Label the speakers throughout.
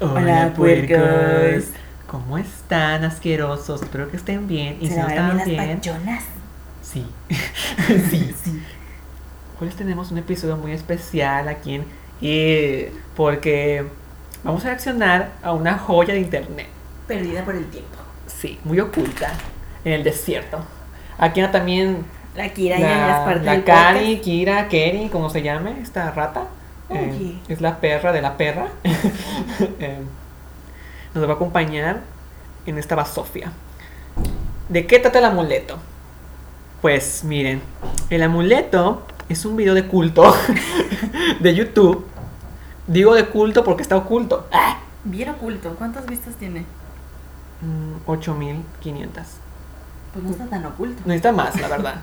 Speaker 1: Hola, puercos.
Speaker 2: ¿Cómo están, asquerosos? Espero que estén bien. Y si no
Speaker 1: ahora
Speaker 2: están
Speaker 1: las
Speaker 2: bien,
Speaker 1: pachonas?
Speaker 2: sí. sí. Hoy les tenemos un episodio muy especial aquí en. eh, porque vamos a reaccionar a una joya de internet.
Speaker 1: Perdida por el tiempo.
Speaker 2: Sí, muy oculta. En el desierto. Aquí anda también
Speaker 1: La Kira ya en las
Speaker 2: la,
Speaker 1: partes
Speaker 2: la
Speaker 1: del
Speaker 2: Kari, Kira, Keri, como se llame, esta rata. eh,
Speaker 1: Oye.
Speaker 2: es la perra de la perra. Eh, nos va a acompañar en esta basofia. ¿De qué trata el amuleto? Pues miren, el amuleto es un video de culto de YouTube. Digo de culto porque está oculto. ¡Ah!
Speaker 1: podcast. Bien oculto. ¿Cuántas vistas tiene?
Speaker 2: Mm, 8500.
Speaker 1: Pues no está tan oculto.
Speaker 2: Necesita más, la verdad.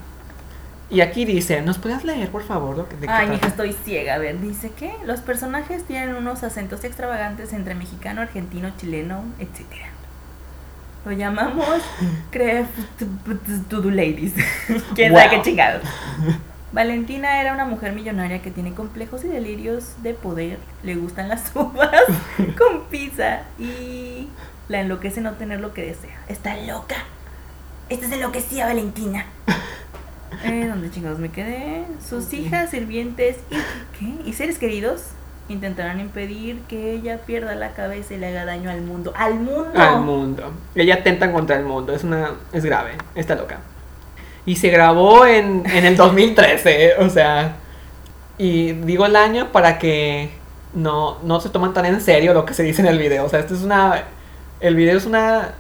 Speaker 2: Y aquí dice, ¿nos puedes leer, por favor, lo que de qué
Speaker 3: Ay,
Speaker 2: trata?
Speaker 3: mija, estoy ciega. A ver, dice que los personajes tienen unos acentos extravagantes entre mexicano, argentino, chileno, etc. Lo llamamos Creftudu Ladies. ¿Quién sabe
Speaker 2: Wow.
Speaker 3: qué chingados? Valentina era una mujer millonaria que tiene complejos y delirios de poder. Le gustan las uvas con pizza y la enloquece no tener lo que desea. Está loca. Esta es enloquecida, Valentina. Eh, ¿Dónde chingados me quedé? Sus hijas, sirvientes y, ¿qué? y seres queridos intentarán impedir que ella pierda la cabeza y le haga daño al mundo. ¡Al mundo!
Speaker 2: al mundo. Ella atenta contra el mundo, es una es grave, está loca. Y se grabó en, en el 2013, o sea, y digo el año para que no, no se toman tan en serio lo que se dice en el video, o sea, esto es una el video es una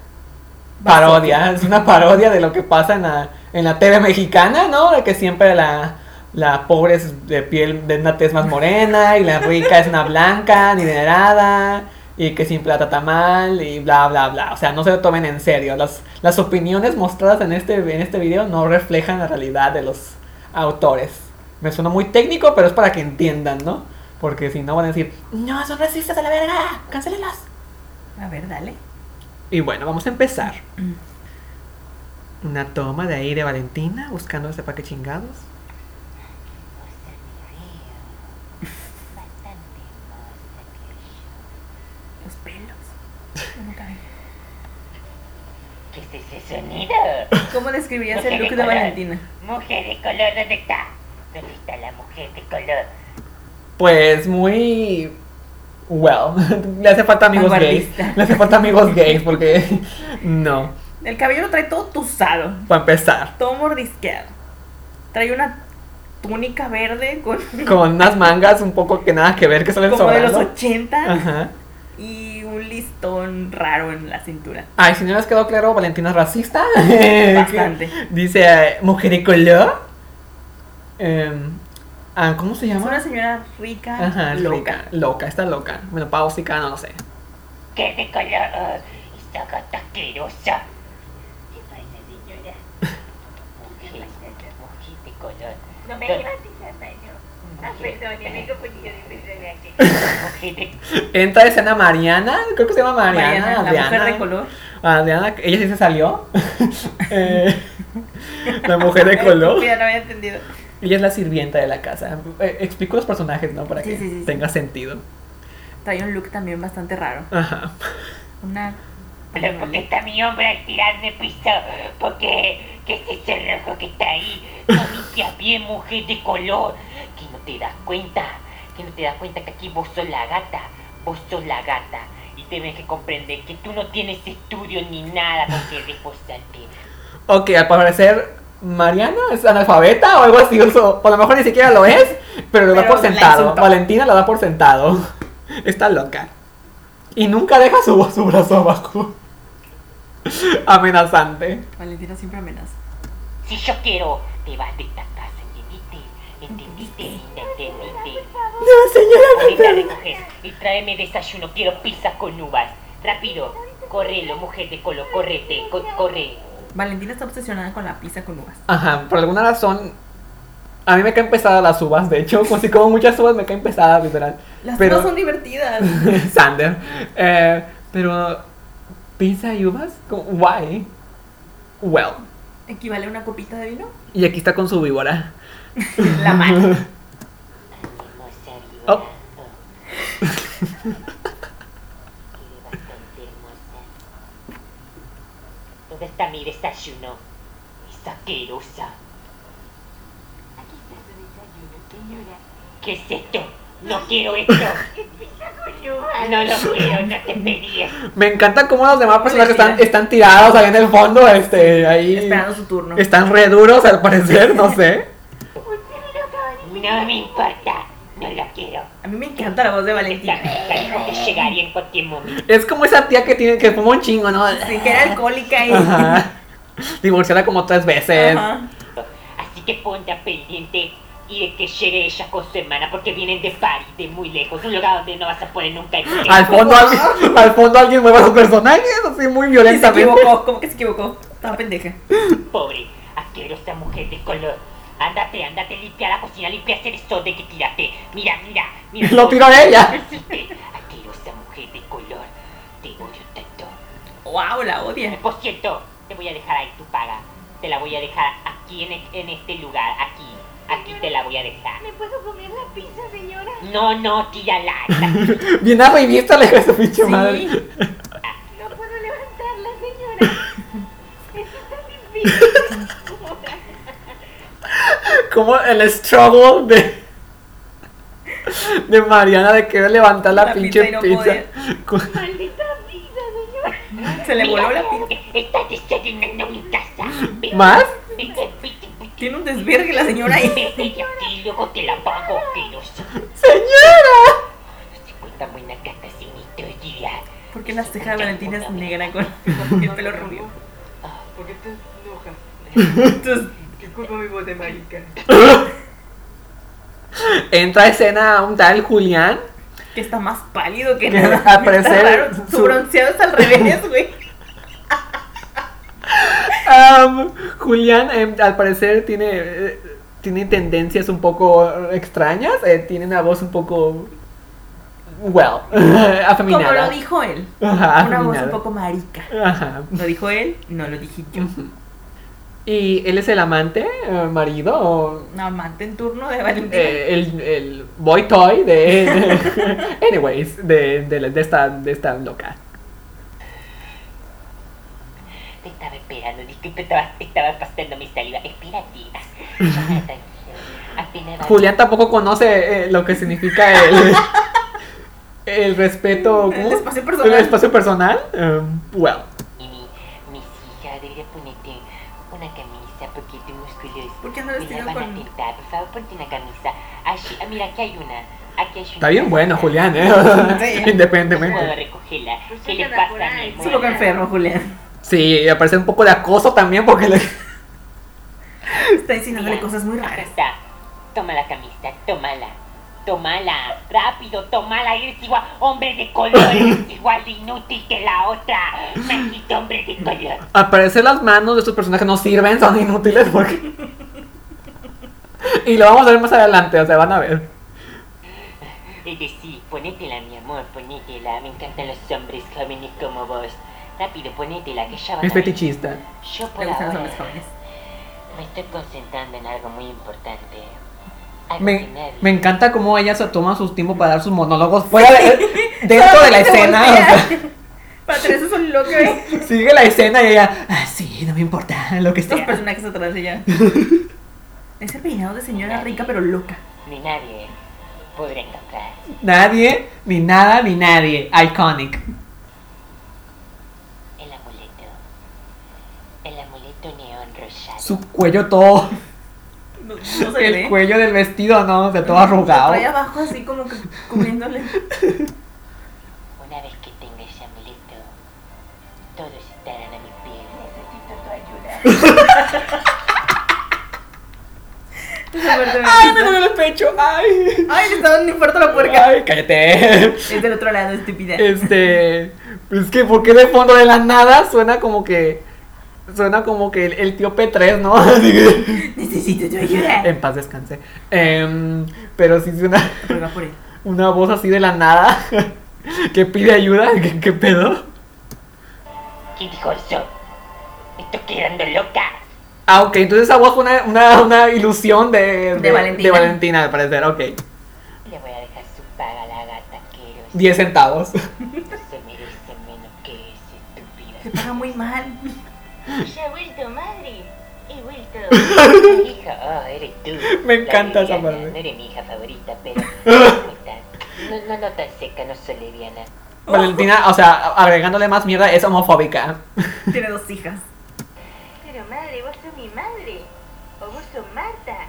Speaker 2: parodia, es una parodia de lo que pasa en la, en la TV mexicana, ¿no? De que siempre la, la pobre es de piel, de una tez más morena y la rica es una blanca, adinerada y que siempre la trata mal y bla, bla, bla. O sea, no se lo tomen en serio. Las, las opiniones mostradas en este, en este video no reflejan la realidad de los autores. Me suena muy técnico, pero es para que entiendan, ¿no? Porque si no van a decir, no, son racistas a la verga, cancélenlos.
Speaker 3: A ver, dale.
Speaker 2: Y bueno, vamos a empezar. Una toma de ahí de Valentina buscando ese pa' qué chingados.
Speaker 3: Los pelos. ¿Cómo caen?
Speaker 4: ¿Qué es Pues ese sonido?
Speaker 3: ¿Cómo describirías el look de Valentina?
Speaker 4: Mujer de color, ¿dónde está? ¿Dónde está la mujer de color?
Speaker 2: Pues muy. Well, le hace falta amigos gays.
Speaker 3: Vanguardista.
Speaker 2: Le hace falta amigos gays porque. No,
Speaker 3: El cabello lo trae todo tuzado,
Speaker 2: para empezar.
Speaker 3: todo mordisqueado. Trae una túnica verde con
Speaker 2: Con unas mangas un poco que nada que ver que salen
Speaker 3: como de los
Speaker 2: sobrando.
Speaker 3: 80
Speaker 2: Ajá.
Speaker 3: y un listón raro en la cintura.
Speaker 2: Ay, si no les quedó claro, Valentina es racista.
Speaker 3: Bastante.
Speaker 2: Dice, eh, mujer de color. Em, ah, ¿Cómo se
Speaker 3: Es una
Speaker 2: llama?
Speaker 3: señora rica,
Speaker 2: Ajá, es
Speaker 3: loca.
Speaker 2: rica, loca, está loca. Menopáusica, no lo sé.
Speaker 4: ¿Qué de color? Oh, esta gata asquerosa. ¿Qué pasa, señora? Mujer, mujer de color. No me levantes la mano. Ah, perdón, me he confundido de personaje. Mujer de
Speaker 2: Entra escena Mariana, creo que se llama Mariana,
Speaker 3: Mariana, la
Speaker 2: Adriana.
Speaker 3: mujer de color.
Speaker 2: Adriana, ella sí se salió. Eh, la mujer de color.
Speaker 3: Mira, no había entendido.
Speaker 2: Ella es la sirvienta de la casa. Eh, explico los personajes, ¿no? Para
Speaker 3: Sí,
Speaker 2: que
Speaker 3: sí, sí, sí.
Speaker 2: tenga sentido.
Speaker 3: Trae un look también bastante raro.
Speaker 2: Ajá.
Speaker 3: Una.
Speaker 4: Pero porque está mi hombre al tirarme piso, porque ¿qué es ese rojo que está ahí? No limpia bien, mujer de color, que no te das cuenta, que no te das cuenta que aquí vos sos la gata, vos sos la gata, y tenés que comprender que tú no tienes estudio ni nada, porque reposante.
Speaker 2: Ok, al parecer Mariana es analfabeta o algo así. O sea, a lo mejor ni siquiera lo es, pero lo da
Speaker 3: Pero
Speaker 2: por
Speaker 3: la
Speaker 2: sentado.
Speaker 3: insultó.
Speaker 2: Valentina lo da por sentado. Está loca. Y nunca deja su, su brazo abajo. Amenazante.
Speaker 3: Valentina siempre amenaza.
Speaker 4: Si yo quiero, te vas de esta casa, ¿entendiste? ¿Entendiste? ¿Entendiste?
Speaker 2: No,
Speaker 4: Ahorita
Speaker 2: señora.
Speaker 4: de mujer y tráeme desayuno, quiero pizza con uvas. Rápido, correlo, mujer de color, correte, co- corre.
Speaker 3: Valentina está obsesionada con la pizza con uvas.
Speaker 2: Ajá, por alguna razón. A mí me caen pesadas las uvas, de hecho. Como si como muchas uvas me caen pesadas, literal.
Speaker 3: Las
Speaker 2: Pero-
Speaker 3: uvas son divertidas.
Speaker 2: Sander. Eh, pero. ¿Pizza y uvas? Como, Why? Well.
Speaker 3: Equivale a una copita de vino.
Speaker 2: Y aquí está con su víbora.
Speaker 3: La mano.
Speaker 4: Hermosa
Speaker 2: Oh.
Speaker 4: víbora. Eres bastante hermosa. ¿Dónde está mi desayuno? Es asquerosa.
Speaker 5: Aquí está su desayuno, señora.
Speaker 4: ¿Qué es esto? No quiero esto. No lo quiero, no te pedí esto.
Speaker 2: Me encanta cómo los demás personajes están, están tirados ahí en el fondo, este, ahí.
Speaker 3: Esperando su turno.
Speaker 2: Están re duros al parecer, no sé.
Speaker 5: Usted me lo acaba de
Speaker 4: No me importa. No lo quiero.
Speaker 3: A mí me encanta la voz de
Speaker 4: Esta
Speaker 3: Valentina.
Speaker 4: mesa dijo que llegaría en cualquier momento.
Speaker 2: Es como esa tía que tiene que fuma un chingo, ¿no?
Speaker 3: Sí, que era alcohólica y.
Speaker 2: Ajá. Divorciada como tres veces.
Speaker 3: Ajá.
Speaker 4: Así que ponte al pendiente y de que llegue ella con su hermana porque vienen de París, de muy lejos, un lugar donde no vas a poder nunca ir.
Speaker 2: Al fondo, alguien, al fondo alguien mueve a sus personajes así muy
Speaker 3: Y se
Speaker 2: violentamente.
Speaker 3: equivocó. ¿Cómo que se equivocó? Estaba pendeja.
Speaker 4: Pobre, asquerosa mujer de color. Ándate, ándate, limpia la cocina, limpia ese desorden que tiraste. Mira, mira, mira.
Speaker 2: Lo tiró ella.
Speaker 4: Hiciste, Asquerosa mujer de color. Te odio tanto.
Speaker 3: ¡Wow! La odia.
Speaker 4: Por cierto, te voy a dejar ahí tu paga. Te la voy a dejar aquí en, e- en este lugar, aquí. Aquí te la voy a dejar.
Speaker 5: ¿Me puedo comer la pizza, señora?
Speaker 4: No, no, tírala. esta-
Speaker 2: Bien arribista le dijo a su pinche madre.
Speaker 5: No puedo levantarla, señora. Es que está difícil, señora.
Speaker 2: Como el struggle de. De Mariana de querer levantar la,
Speaker 3: La
Speaker 2: pinche
Speaker 3: pizza y no
Speaker 2: pizza.
Speaker 3: poder.
Speaker 2: Cu-
Speaker 5: Maldita pizza, señora.
Speaker 3: Se le voló
Speaker 4: Mira,
Speaker 3: la pinta.
Speaker 4: Estás desayunando en mi casa. Vete,
Speaker 2: ¿Más?
Speaker 4: vete, vete, vete.
Speaker 3: Tiene un desvergue la señora ahí.
Speaker 4: Vete de aquí, luego te la pago, asquerosa.
Speaker 2: ¡Señora!
Speaker 4: Se cuenta buena carta sin historia.
Speaker 3: Porque la ceja de Valentina es negra con el pelo rubio.
Speaker 6: ¿Por qué te enojas?
Speaker 3: Entonces,
Speaker 6: Disculpa mi voz de marica.
Speaker 2: Entra a escena un tal Julián.
Speaker 3: que está más pálido que
Speaker 2: Que
Speaker 3: nada.
Speaker 2: al parecer
Speaker 3: Está raro, Su
Speaker 2: su-
Speaker 3: bronceado es al revés, güey.
Speaker 2: Am, Julián, em, al parecer, tiene, eh, tiene tendencias un poco extrañas. eh, tiene una voz un poco. Well,
Speaker 3: Como
Speaker 2: afeminada.
Speaker 3: lo dijo él.
Speaker 2: Ajá,
Speaker 3: Una voz un
Speaker 2: afeminada.
Speaker 3: poco marica.
Speaker 2: Ajá.
Speaker 3: Lo dijo él, no lo dije yo.
Speaker 2: ¿Y él es el amante, eh, marido, o
Speaker 3: No, amante en turno de Valentina.
Speaker 2: eh, el, el boy toy de... de- anyways, de, de, la- de esta, de esta loca.
Speaker 4: Te estaba esperando, disculpe, estaba, estaba pasando mi saliva. Espérate. Ah, tranquilo. Apenas va-
Speaker 2: Julián tampoco conoce eh, lo que significa el, el respeto...
Speaker 3: El espacio personal.
Speaker 2: El espacio personal. Um, well.
Speaker 4: Y mi, mis hijas, debería ponerte una camisa porque tu músculo es.
Speaker 3: ¿Por qué anda
Speaker 4: me la
Speaker 3: vestido
Speaker 4: van
Speaker 3: con-
Speaker 4: a tentar. Por favor, ponte una camisa. Allí- ah, mira, aquí hay una. Aquí hay una.
Speaker 2: Está bien bueno, Julián, ¿eh?
Speaker 3: Sí.
Speaker 4: No puedo
Speaker 2: Independientemente.
Speaker 4: recogerla.
Speaker 6: Pues
Speaker 4: ¿Qué le
Speaker 6: sácala
Speaker 4: pasa
Speaker 6: por
Speaker 4: a
Speaker 6: ahí.
Speaker 3: Es
Speaker 4: mi
Speaker 3: un poco
Speaker 4: mujer?
Speaker 3: enfermo, Julián.
Speaker 2: Sí, y aparece un poco de acoso también porque le...
Speaker 3: Está diciéndole
Speaker 4: Mira,
Speaker 3: cosas muy
Speaker 4: Acá
Speaker 3: raras.
Speaker 4: está. Toma la camisa, tómala. Tómala, rápido, tómala. Eres igual, hombre de color, eres igual de inútil que la otra. Maldito hombre de color.
Speaker 2: Aparece las manos de estos personajes no sirven, son inútiles porque... Y lo vamos a ver más adelante, o sea, van a ver.
Speaker 4: Es decir, ponétela, mi amor, ponétela. Me encantan los hombres jóvenes como vos. Rápido, ponétela, que ya van
Speaker 2: Es
Speaker 4: a ver.
Speaker 2: fetichista.
Speaker 4: Yo por
Speaker 3: Le gustan los
Speaker 4: ahora
Speaker 3: hombres jóvenes.
Speaker 4: me estoy concentrando en algo muy importante. Algo que
Speaker 2: Me,
Speaker 4: nadie-
Speaker 2: me encanta cómo ella se toma su tiempo para dar sus monólogos fuera de, dentro
Speaker 3: Solo
Speaker 2: de la
Speaker 3: porque se
Speaker 2: escena.
Speaker 3: voltea.
Speaker 2: o sea,
Speaker 3: Para tener eso son locos. ¿eh?
Speaker 2: sigue la escena y ella, ah, sí, no me importa lo que
Speaker 3: Estos
Speaker 2: sea.
Speaker 3: personajes atrás de ella. Ese peinado de señora rica pero loca.
Speaker 4: Ni nadie podrá encontrar.
Speaker 2: Nadie, ni nada, ni nadie. Iconic.
Speaker 4: El amuleto. El amuleto neón rosado.
Speaker 2: Su cuello todo,
Speaker 3: No, no se
Speaker 2: el
Speaker 3: ve.
Speaker 2: cuello del vestido, ¿no? De todo arrugado.
Speaker 3: Trae abajo así como que cubriéndole.
Speaker 4: Una vez que tenga ese amuleto, todos estarán a mis pies.
Speaker 5: Necesito tu ayuda.
Speaker 3: Esa parte me
Speaker 2: ¡Ay, me
Speaker 3: gusta.
Speaker 2: duele el pecho! ¡Ay!
Speaker 3: Ay, le está dando un infarto a la puerca.
Speaker 2: ¡Ay, cállate!
Speaker 3: Es del otro lado, estúpida.
Speaker 2: Este. Es que, ¿por qué de fondo de la nada suena como que. Suena como que el, el tío P3, ¿no? Así que-
Speaker 3: Necesito tu ayuda.
Speaker 2: en paz descanse. Em, pero sí suena
Speaker 3: Pero va por él.
Speaker 2: una voz así de la nada que pide ayuda. ¿Qué, qué pedo?
Speaker 4: ¿Qué dijo eso? Me estoy quedando loca.
Speaker 2: Ah, ok, entonces esa voz fue una, una, una ilusión de,
Speaker 3: De Valentina.
Speaker 2: Valentina, al parecer, ok.
Speaker 4: Le voy a dejar su paga a la haga taquero.
Speaker 2: 10 centavos.
Speaker 4: Se merece menos que ese estúpida.
Speaker 3: Se paga muy mal.
Speaker 5: Ya he vuelto madre. He vuelto.
Speaker 4: hija, oh, eres tú.
Speaker 2: Me encanta esa
Speaker 4: boliviana.
Speaker 2: parte.
Speaker 4: No eres mi hija favorita, pero. no tan- No, no, no tan seca, no soleviana.
Speaker 2: Valentina, o sea, agregándole más mierda, es homofóbica.
Speaker 3: Tiene dos hijas.
Speaker 5: Pero madre, vos sos mi madre. O vos sos Marta.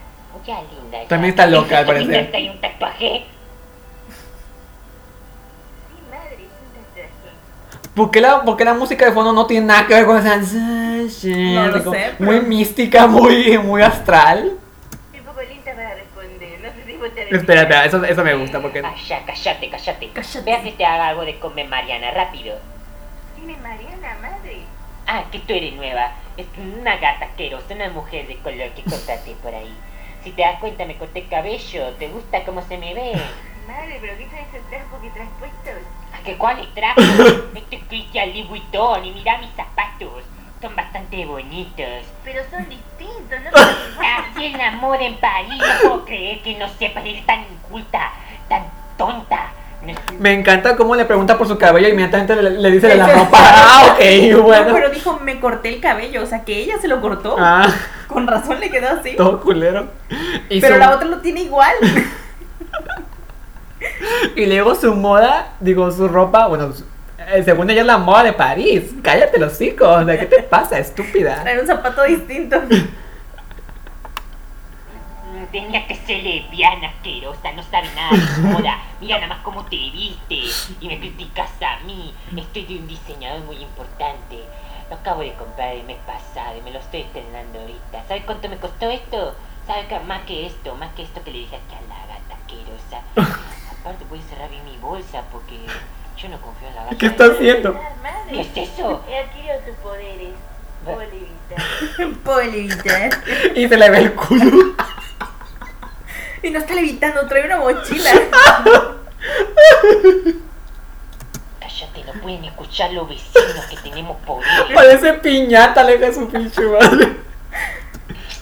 Speaker 4: Ya, linda. ya.
Speaker 2: También está loca, al
Speaker 4: También
Speaker 2: parecer.
Speaker 4: está ahí un tatuaje.
Speaker 5: Mi madre es un tatuaje.
Speaker 2: ¿Por qué, la, por qué la música de fondo no tiene nada que ver con esa... No
Speaker 3: lo sé, pero-
Speaker 2: Muy mística, muy, muy astral.
Speaker 5: Estoy un poco lenta para responder. No sé si vos te
Speaker 2: Espera, espera, eso, eso me gusta porque...
Speaker 4: Ah, ya, cállate, cállate.
Speaker 3: Cállate.
Speaker 4: Vea que te haga algo de comer, Mariana, rápido.
Speaker 5: ¿Quién es Mariana, madre?
Speaker 4: Ah, que tú eres nueva. Es una gata asquerosa, una mujer de color que cortaste por ahí. Si te das cuenta, me corté el cabello. ¿Te gusta cómo se me ve?
Speaker 5: Madre, pero ¿qué son esos trapos que traes puestos?
Speaker 4: ¿A qué cuál le trajo? Este es Cristian Louis Vuitton y mirá mis zapatos. Son bastante bonitos.
Speaker 5: Pero son distintos, no son
Speaker 4: Así el amor en París. No puedo creer que no sepas. Eres tan inculta, tan tonta. No es-
Speaker 2: Me encanta cómo le pregunta por su cabello y inmediatamente le, le dice de la ropa. Ah, ok,
Speaker 3: No,
Speaker 2: bueno.
Speaker 3: pero dijo, me corté el cabello. O sea, que ella se lo cortó.
Speaker 2: Ah,
Speaker 3: Con razón le quedó así.
Speaker 2: todo culero. Y,
Speaker 3: Pero
Speaker 2: su-
Speaker 3: la otra lo tiene igual.
Speaker 2: y luego su moda, digo, su ropa, bueno, su- eh, según ella es la moda de París. Cállate los hijos, ¿qué te pasa, estúpida?
Speaker 3: Trae un zapato distinto.
Speaker 4: Tenía que ser lesbiana, asquerosa, no sabe nada de moda. Mira nada más cómo te viste y me criticas a mí. Estoy de un diseñador muy importante. Lo acabo de comprar el mes pasado y me lo estoy estrenando ahorita. ¿Sabes cuánto me costó esto? ¿Sabes qué? Más que esto, más que esto que le dije aquí a la gata asquerosa. Aparte voy a cerrar bien mi bolsa porque yo no confío en la gata.
Speaker 2: ¿Qué está haciendo?
Speaker 4: ¿Qué
Speaker 5: madre.
Speaker 4: es eso?
Speaker 5: He adquirido tus poderes. Oh, Levita.
Speaker 3: Puedo levitar.
Speaker 2: Y se le ve el culo.
Speaker 3: Y no está levitando, trae una mochila.
Speaker 4: Cállate, no pueden escuchar los vecinos que tenemos poderes.
Speaker 2: Parece piñata, le deja su pinche madre.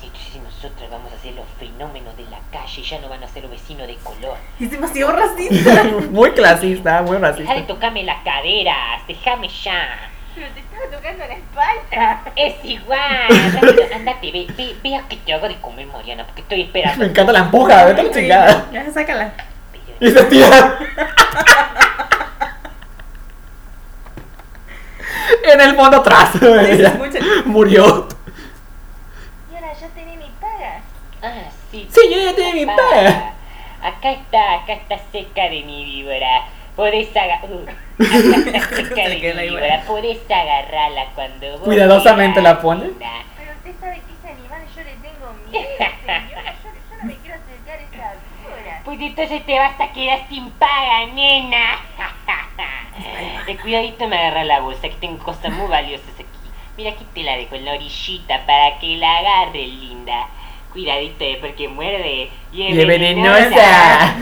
Speaker 4: Entonces nosotros vamos a ser los fenómenos de la calle y ya no van a ser los vecinos de color.
Speaker 3: Es demasiado racista.
Speaker 2: Muy clasista, muy
Speaker 4: Deja de
Speaker 2: racista.
Speaker 4: tocarme las caderas, déjame ya.
Speaker 5: Pero te estaba tocando la espalda.
Speaker 4: Es igual, rápido, andate, ve, ve, ve a que te haga de comer, Mariana, porque estoy
Speaker 2: Me
Speaker 4: esperando.
Speaker 2: encanta la empuja, vete a la
Speaker 3: Sí,
Speaker 2: chingada.
Speaker 3: Ya, sácala.
Speaker 2: Y se tira. en el fondo atrás. Ella
Speaker 3: escucha.
Speaker 2: Murió.
Speaker 5: Y ahora ya tenés mi paga.
Speaker 4: Ah, sí.
Speaker 2: Sí, yo ya tenía mi paga.
Speaker 4: Acá está, acá está seca de mi víbora. Podés agarrar. acá está seca de
Speaker 3: Se queda
Speaker 4: mi
Speaker 3: ahí,
Speaker 4: víbora. Podés agarrarla cuando vos
Speaker 2: Cuidadosamente
Speaker 4: quieras,
Speaker 2: la pone.
Speaker 4: linda.
Speaker 5: Pero usted sabe que ese animal yo le tengo miedo, señora. Yo, yo no me quiero acercar a esa víbora.
Speaker 4: Pues entonces te vas a quedar sin paga, nena. De cuidadito me agarra la bolsa, que tengo cosas muy valiosas aquí. Mira, aquí te la dejo en la orillita para que la agarre, linda. Cuidadito, eh, porque muerde. Y es
Speaker 2: Y es venenosa.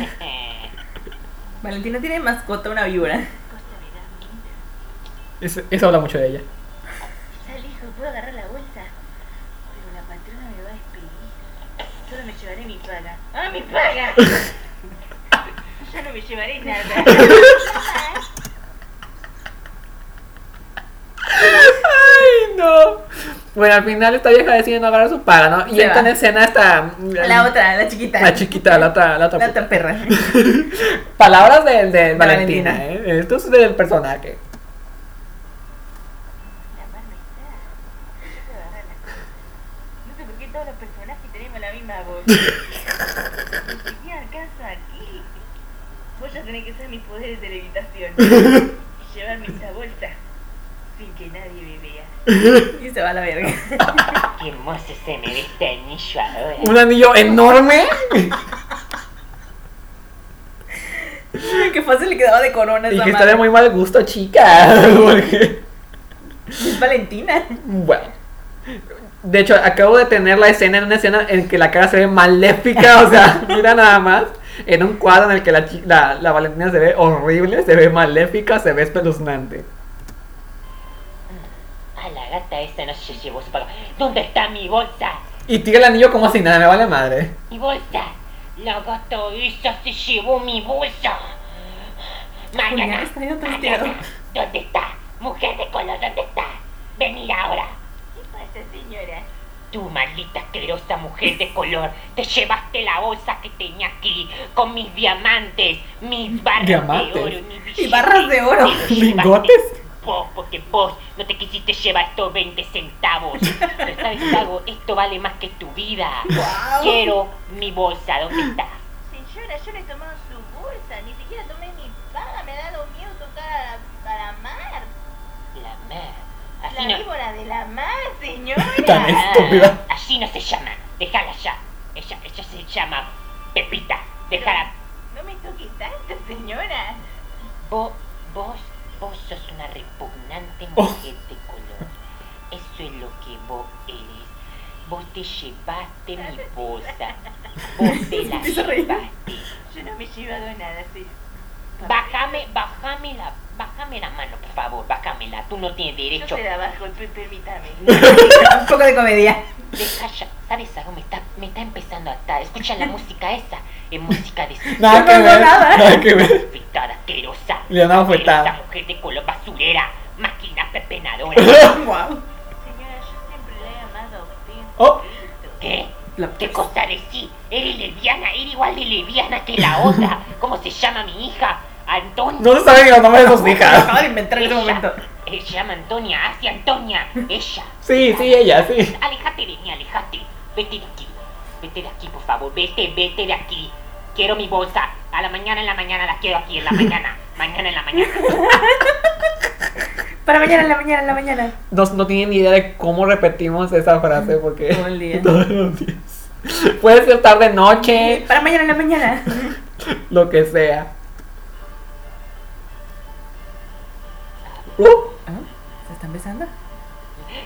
Speaker 3: Valentina tiene mascota, una víbora.
Speaker 5: Cosa me da miedo.
Speaker 2: Eso, eso habla mucho de ella.
Speaker 5: Sal, hijo, puedo agarrar la bolsa. Pero la patrona me va a despedir. Solo me llevaré mi paga. ¡Ah, mi paga! ya no me llevaré nada.
Speaker 2: Ay, no. Bueno, al final esta vieja decide no agarrar su paga, ¿no? Y
Speaker 3: Se
Speaker 2: entra en
Speaker 3: va.
Speaker 2: escena esta.
Speaker 3: La otra, la chiquita.
Speaker 2: La chiquita, la otra. La otra.
Speaker 3: La otra perra.
Speaker 2: Palabras de, de Valentina,
Speaker 3: Valentina.
Speaker 2: ¿eh? Esto es del personaje.
Speaker 5: La mar no está. Yo puedo agarrar las cosas. No sé por qué todos los personajes tenemos la misma voz. Ni siquiera alcanzo aquí. Voy a tener que usar mis poderes de levitación. Y llevarme esta bolsa. Sin que nadie me vea.
Speaker 3: Y se va a la verga.
Speaker 4: Qué hermoso se me ve este anillo ahora.
Speaker 2: Un anillo enorme.
Speaker 3: Qué fácil le quedaba de corona
Speaker 2: Y
Speaker 3: esa
Speaker 2: que está
Speaker 3: madre.
Speaker 2: de muy mal gusto, chica. Porque.
Speaker 3: Es Valentina.
Speaker 2: Bueno. De hecho, acabo de tener la escena en una escena en que la cara se ve maléfica, o sea, mira nada más. En un cuadro en el que la, chi- la, la Valentina se ve horrible, se ve maléfica, se ve espeluznante.
Speaker 4: A Ah, la gata esa no se llevó su paga. ¿Dónde está mi bolsa?
Speaker 2: Y tira el anillo como si nada, me vale madre.
Speaker 4: Mi bolsa. La gata esa se llevó mi bolsa.
Speaker 3: Julián
Speaker 4: Mariana,
Speaker 3: está bien trasteado.
Speaker 4: Mariana, ¿dónde está? Mujer de color, ¿dónde está? Venir ahora.
Speaker 5: ¿Qué pasa, señora?
Speaker 4: Tú, maldita asquerosa mujer de color, te llevaste la bolsa que tenía aquí con mis diamantes, mis barras de
Speaker 2: ¿Diamantes?
Speaker 4: oro, mis
Speaker 3: Y
Speaker 4: billetes.
Speaker 3: barras de oro.
Speaker 4: Te llevaste
Speaker 2: ¿Lingotes?
Speaker 4: Vos, porque vos no te quisiste llevar estos 20 centavos. Pero sabes qué hago, esto vale más que tu vida. Quiero mi bolsa, ¿dónde está?
Speaker 5: Señora, yo le he tomado su bolsa, ni siquiera tomé mi paga, me ha dado miedo tocar a, a la mar.
Speaker 4: La mer. Así
Speaker 5: La
Speaker 4: no. Ah,
Speaker 5: víbora de la mar,
Speaker 2: Tan
Speaker 5: señora.
Speaker 2: es- Estúpida.
Speaker 4: Así no se llama. Déjala ya. Ella, ella se llama Pepita. Déjala.
Speaker 5: No me toque tanto, señora.
Speaker 4: Vos, vos, vos sos una repugnante
Speaker 2: Oh.
Speaker 4: mujer de color. Eso es lo que vos eres. Vos te llevaste mi bolsa. Vos te la
Speaker 3: Empieza a reír.
Speaker 4: llevaste.
Speaker 5: Yo no me he llevado nada, sí.
Speaker 4: Bájame, bájame la, bájame la mano, por favor, bájamela. Tú no tienes
Speaker 5: Yo
Speaker 4: derecho.
Speaker 5: te la bajo, pe- permítame.
Speaker 3: Un poco de comedia.
Speaker 4: Deja ya. ¿Sabes algo? Me está, me está empezando a atar. Escucha la música esa. Es música de
Speaker 2: Nada que
Speaker 3: No, no,
Speaker 2: ver.
Speaker 3: nada.
Speaker 2: Nada que ver.
Speaker 4: Fritada, asquerosa.
Speaker 2: Leonardo
Speaker 4: Esa
Speaker 2: Fuetada.
Speaker 4: mujer de color basurera, máquina pepenadora.
Speaker 3: Wow.
Speaker 5: Señora, yo siempre la he amado a usted.
Speaker 2: Oh.
Speaker 5: Cristo.
Speaker 4: ¿Qué?
Speaker 1: La
Speaker 4: ¿Qué cosa decís? Eres lesbiana, eres igual de lesbiana que la otra. ¿Cómo se llama mi hija? Antonia.
Speaker 2: No se saben los nombres de sus hijas.
Speaker 3: Acabo de inventar en este momento.
Speaker 4: Ella Eh, se llama Antonia, hacia Antonia. Ella.
Speaker 2: Sí, sí, ella, sí.
Speaker 4: Alejate de mí, alejate. Vete de aquí. Vete de aquí, por favor. Vete, vete de aquí. Quiero mi bolsa. A la mañana, en la mañana, la quiero aquí, en la mañana. Mañana, en la mañana.
Speaker 3: Para mañana, en la mañana, en la mañana.
Speaker 2: No, no tienen ni idea de cómo repetimos esa frase porque.
Speaker 3: Todo el día.
Speaker 2: Todos los días. Puede ser tarde, noche,
Speaker 3: Para mañana, en la mañana.
Speaker 2: lo que sea. Uh,
Speaker 3: Ah, ¿Se están besando?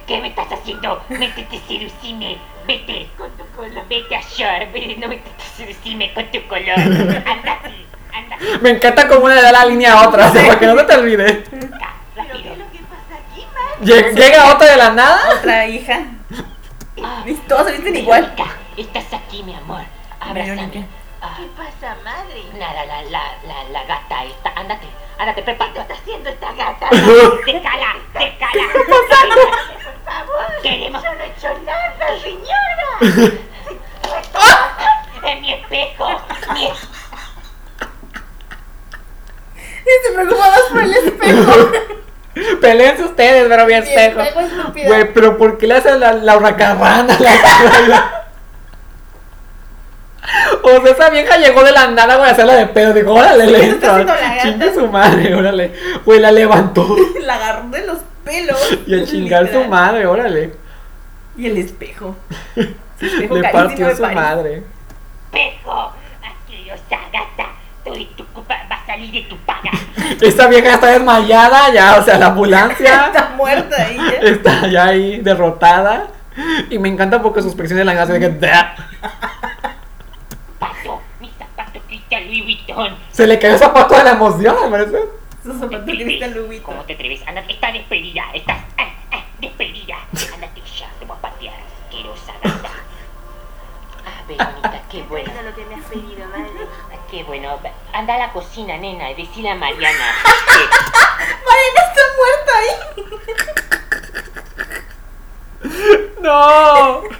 Speaker 4: ¿Qué me estás haciendo? Métete seducime, vete con tu color, vete a short, vete, no métete seducime con tu color, andate, andate,
Speaker 2: me encanta cómo le da la línea a otra, o sea, para que no se te olvide.
Speaker 4: acá,
Speaker 5: ¿Pero qué
Speaker 4: rápido.
Speaker 5: es lo que pasa aquí, Mar?
Speaker 2: Lle- Llega otra de la nada.
Speaker 3: Otra hija.
Speaker 4: Ah,
Speaker 3: Y Todos se visten igual.
Speaker 4: Verónica, estás aquí, mi amor,
Speaker 3: Verónica.
Speaker 4: abrázame. Ah,
Speaker 5: ¿Qué pasa, madre?
Speaker 4: nada, la, la, la, la gata esta, ándate, ándate,
Speaker 5: ¿Qué
Speaker 4: prepárate.
Speaker 5: está haciendo esta gata?
Speaker 4: Déjala, déjala.
Speaker 5: Por favor.
Speaker 4: Queremos-
Speaker 5: Yo no he hecho nada, señora.
Speaker 4: En mi espejo, mi espejo.
Speaker 3: Y se preocupa más por el espejo.
Speaker 2: Peleense ustedes, pero bien espejo. Güey, pero ¿por qué le hacen la, la huracarrana? La, la- O sea, esa vieja llegó de la nada, güey, a hacerla de pedo. Dijo, órale, le
Speaker 3: está haciendo
Speaker 2: entro.
Speaker 3: la gata?
Speaker 2: Chingue su madre, órale. Güey, la levantó
Speaker 3: La agarró de los pelos.
Speaker 2: y a chingar su
Speaker 3: Literal.
Speaker 2: madre, órale.
Speaker 3: Y el espejo. Su espejo
Speaker 2: Le
Speaker 3: carísimo de
Speaker 2: partió su
Speaker 3: París.
Speaker 2: madre.
Speaker 4: espejo, asquerosa gata. Tú y tu culpa va a salir de tu paga.
Speaker 2: Esta vieja está desmayada ya, o sea, la ambulancia
Speaker 3: Está muerta ahí. ¿eh? ya.
Speaker 2: está ya ahí derrotada. Y me encanta porque sus expresiones la hacen de que "Da".
Speaker 4: Pato, mi zapato Cristian Louis Vuitton.
Speaker 2: se le cayó el zapato de la emoción, al parecer.
Speaker 3: Su zapato
Speaker 4: ¿Te atreves?
Speaker 3: cristal lubito.
Speaker 4: ¿Cómo te atreves? Anda, está despedida, estás ah, ah, despedida. Ándate ya, te voy a patear, asquerosa gata. Ah, Verónica, qué bueno,
Speaker 5: Bueno, lo que me has pedido, madre.
Speaker 4: qué bueno. Anda a la cocina, nena, y decile a Mariana.
Speaker 3: Mariana está muerta ahí.
Speaker 2: ¡No!
Speaker 4: que-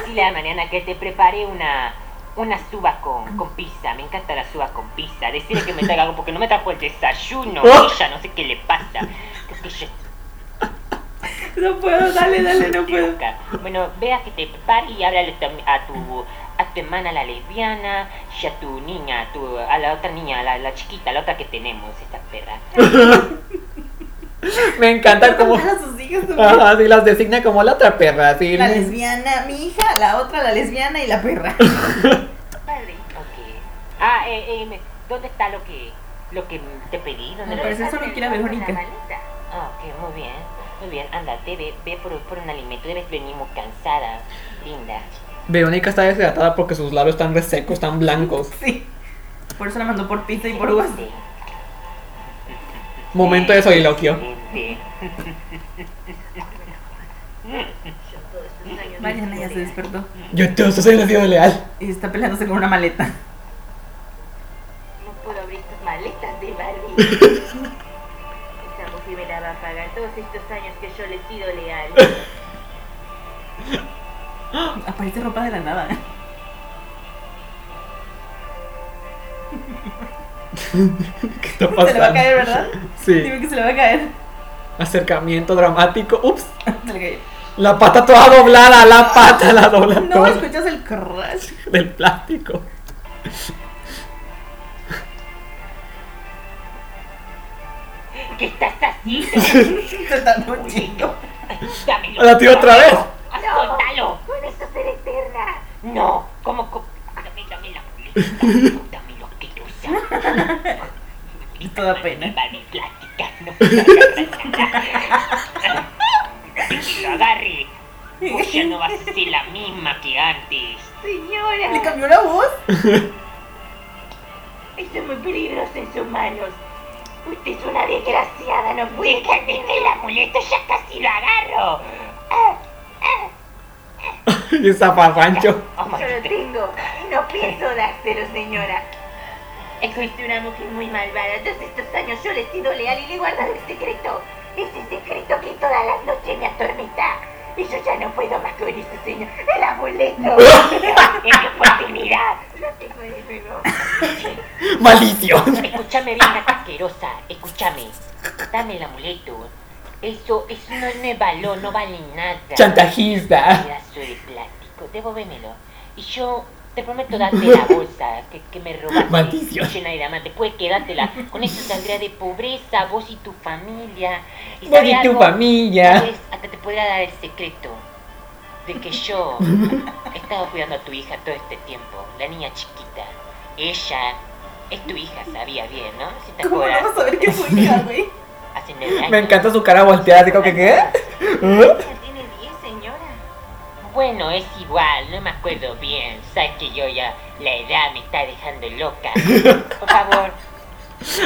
Speaker 4: Decile a Mariana que te prepare una... Una suba con, con pizza, me encanta la suba con pizza. Decirle que me traiga algo porque no me trajo el desayuno. Ella no sé qué le pasa. Creo que ella
Speaker 3: No puedo, dale, dale, no puedo.
Speaker 4: Loca. Bueno, vea que te prepare y háblale tam- a tu, a tu hermana, la lesbiana, y a tu niña, a, tu, a la otra niña, a la, la chiquita, la otra que tenemos, esta perra.
Speaker 2: Me encanta como.
Speaker 3: Contar a sus hijos también.
Speaker 2: Ajá, sí, las designa como la otra perra, así.
Speaker 3: La lesbiana, mi hija, la otra, la lesbiana y la perra.
Speaker 5: Padre.
Speaker 4: Ok. Ah, eh, eh, me- ¿dónde está lo que, lo que te pedí? ¿Dónde
Speaker 3: Me
Speaker 4: lo-
Speaker 3: parece solo que la Verónica.
Speaker 4: Ah, ok, muy bien. Muy bien, andate, ve, ve por, por un alimento, debes venir muy cansada, linda.
Speaker 2: Verónica está deshidratada porque sus labios están resecos, están blancos.
Speaker 3: Sí. Por eso la mandó por pizza y por WhatsApp.
Speaker 4: Sí.
Speaker 2: Momento de soliloquio.
Speaker 4: Excelente.
Speaker 5: Yo todos estos años.
Speaker 3: Mariana ya se despertó
Speaker 2: Yo te soy el tío leal.
Speaker 3: y está peleándose con una maleta.
Speaker 5: No puedo abrir tus maletas de Bali. Esa mujer me la va a pagar todos estos años que yo le he sido leal.
Speaker 1: Aparece ropa de la nada.
Speaker 2: ¿Qué
Speaker 3: Se
Speaker 2: está
Speaker 3: le va a
Speaker 2: pasando?
Speaker 3: caer, ¿verdad?
Speaker 2: Sí.
Speaker 3: Dime que se le va a caer.
Speaker 2: Acercamiento dramático. Ups.
Speaker 3: Se le cayó.
Speaker 2: La pata toda doblada. La pata la dobla
Speaker 3: No,
Speaker 2: toda
Speaker 3: escuchas el crash.
Speaker 2: del plástico.
Speaker 4: ¿Qué estás haciendo?
Speaker 3: Se está mochito.
Speaker 4: Dámelo.
Speaker 2: La tío otra vez.
Speaker 4: Suéltalo.
Speaker 5: Puedes hacer eterna.
Speaker 4: No, ¿cómo? co- Dame, dame la bolita. Dame lo que tú sabes.
Speaker 3: Toda pena.
Speaker 4: Vale, plática. No que lo agarre. Pues ya no vas a ser la misma que antes.
Speaker 3: Le
Speaker 5: Señora,
Speaker 3: cambió la voz.
Speaker 5: esto es muy peligroso en sus manos. Usted es una desgraciada, no puede
Speaker 4: Déjate del amuleto, ya casi lo agarro.
Speaker 5: Ah,
Speaker 2: Y zafarrancho.
Speaker 4: Oh my
Speaker 5: Yo lo
Speaker 4: God.
Speaker 5: tengo. No pienso dárselo, señora. Existe una mujer muy malvada. Todos estos años yo le he sido leal y le he guardado el secreto. Ese secreto que todas las noches me atormenta. Y yo ya no puedo más con eso, señor. El amuleto.
Speaker 4: Es tu oportunidad.
Speaker 5: Lo tengo de nuevo.
Speaker 2: Malicio.
Speaker 4: Escúchame bien, asquerosa. Escúchame. Dame el amuleto. Eso, eso no me való, no vale nada.
Speaker 2: Chantajista.
Speaker 4: Pedazo de plástico. Devuélvemelo. Y yo te prometo darte la bolsa que, que me robaste.
Speaker 2: Maldición.
Speaker 4: Llena de diamantes. Puedes quedártela. Con eso saldría de pobreza, vos y tu familia. Y
Speaker 2: Vos
Speaker 4: ¿sabe
Speaker 2: y tu
Speaker 4: algo?
Speaker 2: familia.
Speaker 4: Pues, hasta te podría dar el secreto de que yo he estado cuidando a tu hija todo este tiempo, la niña chiquita. Ella es tu hija, sabía bien, ¿no? Si te
Speaker 3: ¿Cómo no
Speaker 4: acuerdas,
Speaker 3: vas a ver qué es su hija, güey?
Speaker 4: hace nueve años.
Speaker 2: Me encanta su cara volteada. Digo que qué. ¿Eh?
Speaker 5: Ya tiene 10, señora.
Speaker 4: Bueno, es igual, no me acuerdo bien. Sabes que yo ya la edad me está dejando loca. Por favor,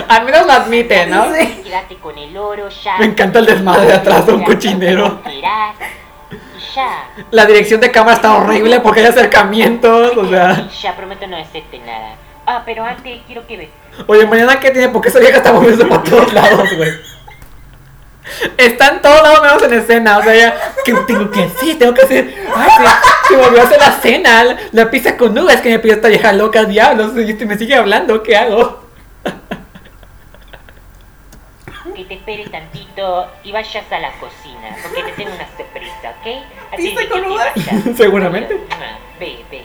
Speaker 2: Al menos lo admite, ¿no?
Speaker 3: Sí.
Speaker 4: quédate con el oro ya.
Speaker 2: Me encanta el desmadre de atrás, un
Speaker 4: Ya,
Speaker 2: cochinero.
Speaker 4: te enterás y ya.
Speaker 2: La dirección de cámara está horrible porque hay acercamientos, o sea.
Speaker 4: Ya prometo no decirte nada. Ah, pero antes quiero que ve.
Speaker 2: Oye, mañana qué tiene, porque esa vieja está moviéndose por todos lados, güey. Está en todos lados menos en escena, o sea, ya, que tengo que hacer, tengo que hacer. Ay, se, se volvió a hacer la cena, la- la pizza con nubes que me pidió esta vieja loca, diablos, y este me sigue hablando, ¿qué hago?
Speaker 4: que te espere tantito y vayas a la cocina, porque te tengo una sorpresa, ¿ok? Así
Speaker 3: ¿Pizza
Speaker 4: que
Speaker 3: con
Speaker 4: te
Speaker 3: uvas?
Speaker 4: vayas.
Speaker 2: Seguramente.
Speaker 4: Ah, Ve, ve.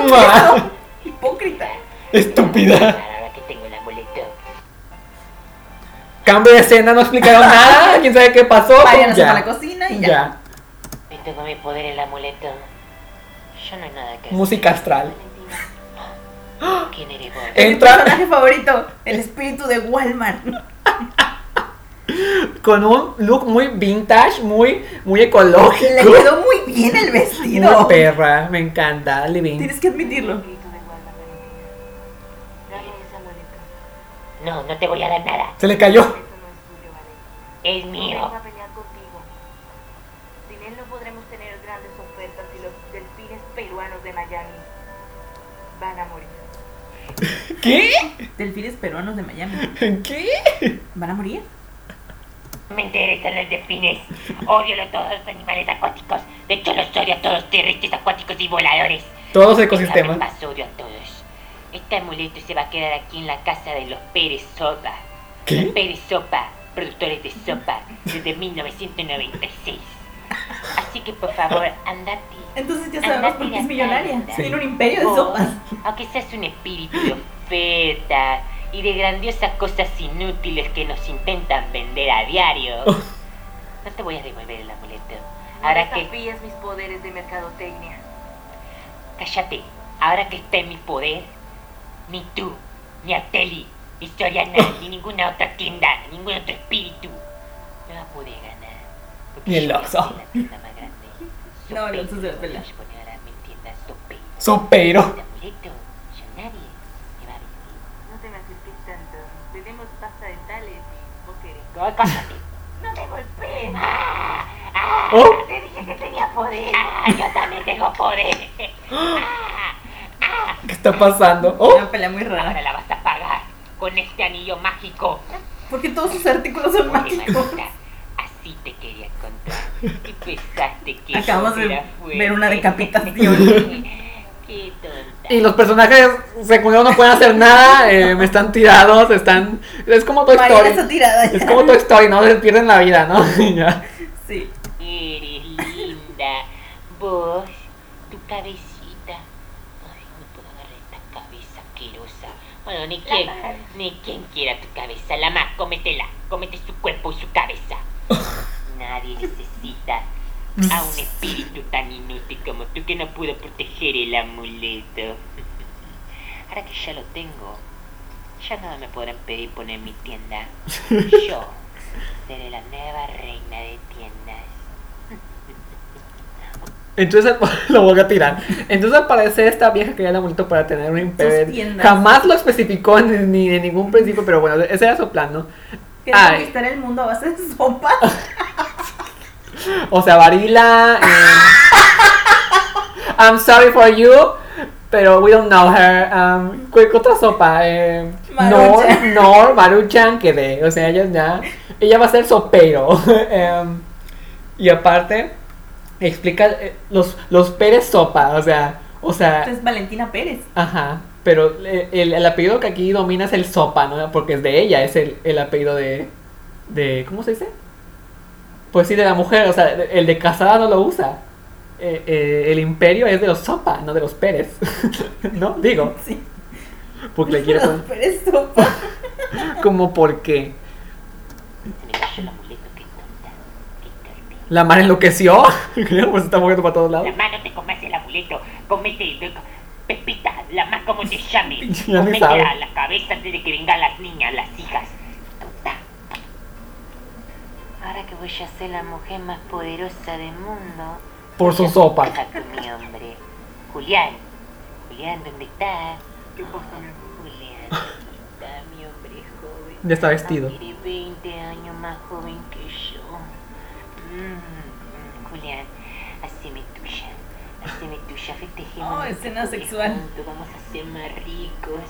Speaker 2: Mua,
Speaker 3: Hipócrita.
Speaker 2: Estúpida.
Speaker 4: Ahora que tengo el amuleto.
Speaker 2: Cambio de escena, no explicaron nada, quién sabe qué pasó. pues
Speaker 3: Vayan a
Speaker 2: ya,
Speaker 3: la cocina y ya.
Speaker 2: ya.
Speaker 4: Vente con mi poder el amuleto. Yo no hay nada que hacer.
Speaker 2: Música astral.
Speaker 4: ¿Quién eres vos?
Speaker 2: Entra.
Speaker 3: personaje favorito, el espíritu de Walmart.
Speaker 2: con un look muy vintage, muy, muy ecológico.
Speaker 3: Le quedó muy bien el
Speaker 2: Una
Speaker 3: vestido.
Speaker 2: perra, me encanta, Living.
Speaker 3: Tienes que admitirlo.
Speaker 5: Espíritu de guarda, Valentina. Dame ese amuleto.
Speaker 4: No, no te voy a dar nada.
Speaker 2: Se le cayó.
Speaker 5: Eso no es tuyo, Valentina.
Speaker 4: Es
Speaker 5: Vengo
Speaker 4: mío.
Speaker 5: a pelear contigo. Sin él no podremos tener grandes ofertas y los delfines peruanos de Miami van a morir.
Speaker 2: ¿Qué?
Speaker 3: Delfines peruanos de Miami.
Speaker 2: ¿Qué?
Speaker 3: ¿Van a morir?
Speaker 4: Me interesan los delfines. Odio a todos los animales acuáticos. De hecho, los odio a todos terrestres, acuáticos y voladores.
Speaker 2: Todos los
Speaker 4: Déjame en
Speaker 2: ecosistemas.
Speaker 4: paz, odio a todos. Este amuleto se va a quedar aquí en la casa de los Pérez Sopa.
Speaker 2: ¿Qué?
Speaker 4: Los Pérez Sopa, productores de sopa, desde 1996. Así que por favor, andate.
Speaker 3: Entonces ya sabemos por qué es millonaria.
Speaker 4: Sí.
Speaker 3: Tiene un imperio de
Speaker 4: Vos,
Speaker 3: sopas.
Speaker 4: Aunque seas un espíritu de oferta y de grandiosas cosas inútiles que nos intentan vender a diario, no te voy a devolver el amuleto. Ahora
Speaker 5: no
Speaker 4: que
Speaker 5: desafíes mis poderes de mercadotecnia.
Speaker 4: Cállate, ahora que está en mi poder, ni tú, ni Ateli, ni Soriana, ni ninguna otra tienda, ningún otro espíritu me va a poder ganar. Porque
Speaker 2: Ni el
Speaker 4: yo voy a
Speaker 2: Oxxo.
Speaker 4: ser la tienda más grande.
Speaker 3: No, el
Speaker 4: Sope,
Speaker 3: Oxxo se la pela.
Speaker 4: voy a poner a mi tienda Sope.
Speaker 2: Sopero.
Speaker 4: El amuleto, ya nadie me va a vencer.
Speaker 5: No te me acerques tanto. Tenemos pasta de tales. Vos querés.
Speaker 4: No, cállate.
Speaker 5: No me golpees.
Speaker 2: Oh,
Speaker 5: Te dije que tenía poder.
Speaker 4: Ah, yo también tengo poder. Ah,
Speaker 2: ¿qué está Oh. pasando? Oh,
Speaker 3: Una pelea muy rara.
Speaker 4: Ahora la vas a pagar con este anillo mágico
Speaker 3: Porque todos sus artículos son
Speaker 4: Oye,
Speaker 3: mágicos.
Speaker 4: Marita, así te quería contar. ¿Qué pensaste que eso
Speaker 3: Acabamos de
Speaker 4: era
Speaker 3: ver una
Speaker 4: fuerte?
Speaker 3: decapitación.
Speaker 4: Qué tonta.
Speaker 2: Y los personajes secundarios no pueden hacer nada, eh, me están tirados, están... Es como Toy
Speaker 3: Marina está
Speaker 2: Story.
Speaker 3: tirada ya.
Speaker 2: Es como Toy Story, ¿no? Se pierden la vida, ¿no? Y ya.
Speaker 3: Sí.
Speaker 4: Eres linda. Vos, tu cabecita. Ay, no puedo agarrar esta cabeza asquerosa. Bueno, ni quien, ni quien quiera tu cabeza. La más, cómetela. Cómete su cuerpo y su cabeza. Nadie necesita a un espíritu tan inútil como tú que no pudo proteger el amuleto. Ahora que ya lo tengo, ya nada me podrán pedir poner mi tienda. Yo seré la nueva reina de tiendas.
Speaker 2: Entonces lo voy a tirar. Entonces al parecer esta vieja quería el amuleto para tener un
Speaker 3: Sus
Speaker 2: imperio.
Speaker 3: tiendas.
Speaker 2: Jamás lo especificó ni, ni de ningún principio, pero bueno, ese era su plan, ¿no?
Speaker 3: Quería
Speaker 2: Ay.
Speaker 3: conquistar el mundo a base de sopa.
Speaker 2: O sea, Varila. eh, I'm sorry for you, pero we don't know her. Um, ¿cu- ¿qué otra sopa? Eh, Nor,
Speaker 3: Maruchan.
Speaker 2: Nor, Maruchan, que de. O sea, ella ya. Ella va a ser sopero. Em, y aparte, explica eh, los, los Pérez sopa. O sea, o sea.
Speaker 3: Entonces, Valentina Pérez.
Speaker 2: Ajá, pero eh, el, el apellido que aquí domina es el Sopa, ¿no? Porque es de ella, es el, el apellido de, de... ¿Cómo se dice? Pues sí, de la mujer, o sea, de- el de casada no lo usa. Eh, eh, el imperio es de los Sopa, no de los Pérez. ¿No? Digo,
Speaker 3: Sí.
Speaker 2: porque le quiero poner
Speaker 3: Pérez sopa.
Speaker 2: como porque
Speaker 4: Se me cayó el amuleto que tonta. Qué terrible.
Speaker 2: la madre enloqueció. Claro, pues está moviendo para todos
Speaker 4: La
Speaker 2: lados.
Speaker 4: mano te comas el amuleto. Comete. eh, Pepita, la más como te llame.
Speaker 2: Ya ni
Speaker 4: Comete
Speaker 2: sabe.
Speaker 4: a la cabeza antes de que vengan las niñas, las hijas. Tonta. Ahora que voy a ser la mujer más poderosa del mundo.
Speaker 2: Por su
Speaker 4: voy a
Speaker 2: sopa.
Speaker 4: buscar con mi hombre. Julián. Julián, ¿dónde estás?
Speaker 6: ¿Qué pasa, mi amor?
Speaker 4: Julián, ¿dónde está mi hombre joven?
Speaker 2: Ya está vestido.
Speaker 4: Eres 20 años más joven que yo. Mm, mm, Julián, haceme tuya. Haceme tuya, festejemos.
Speaker 3: Oh,
Speaker 4: nuestro
Speaker 3: escena
Speaker 4: poder
Speaker 3: sexual.
Speaker 4: juntos, Vamos a ser más ricos.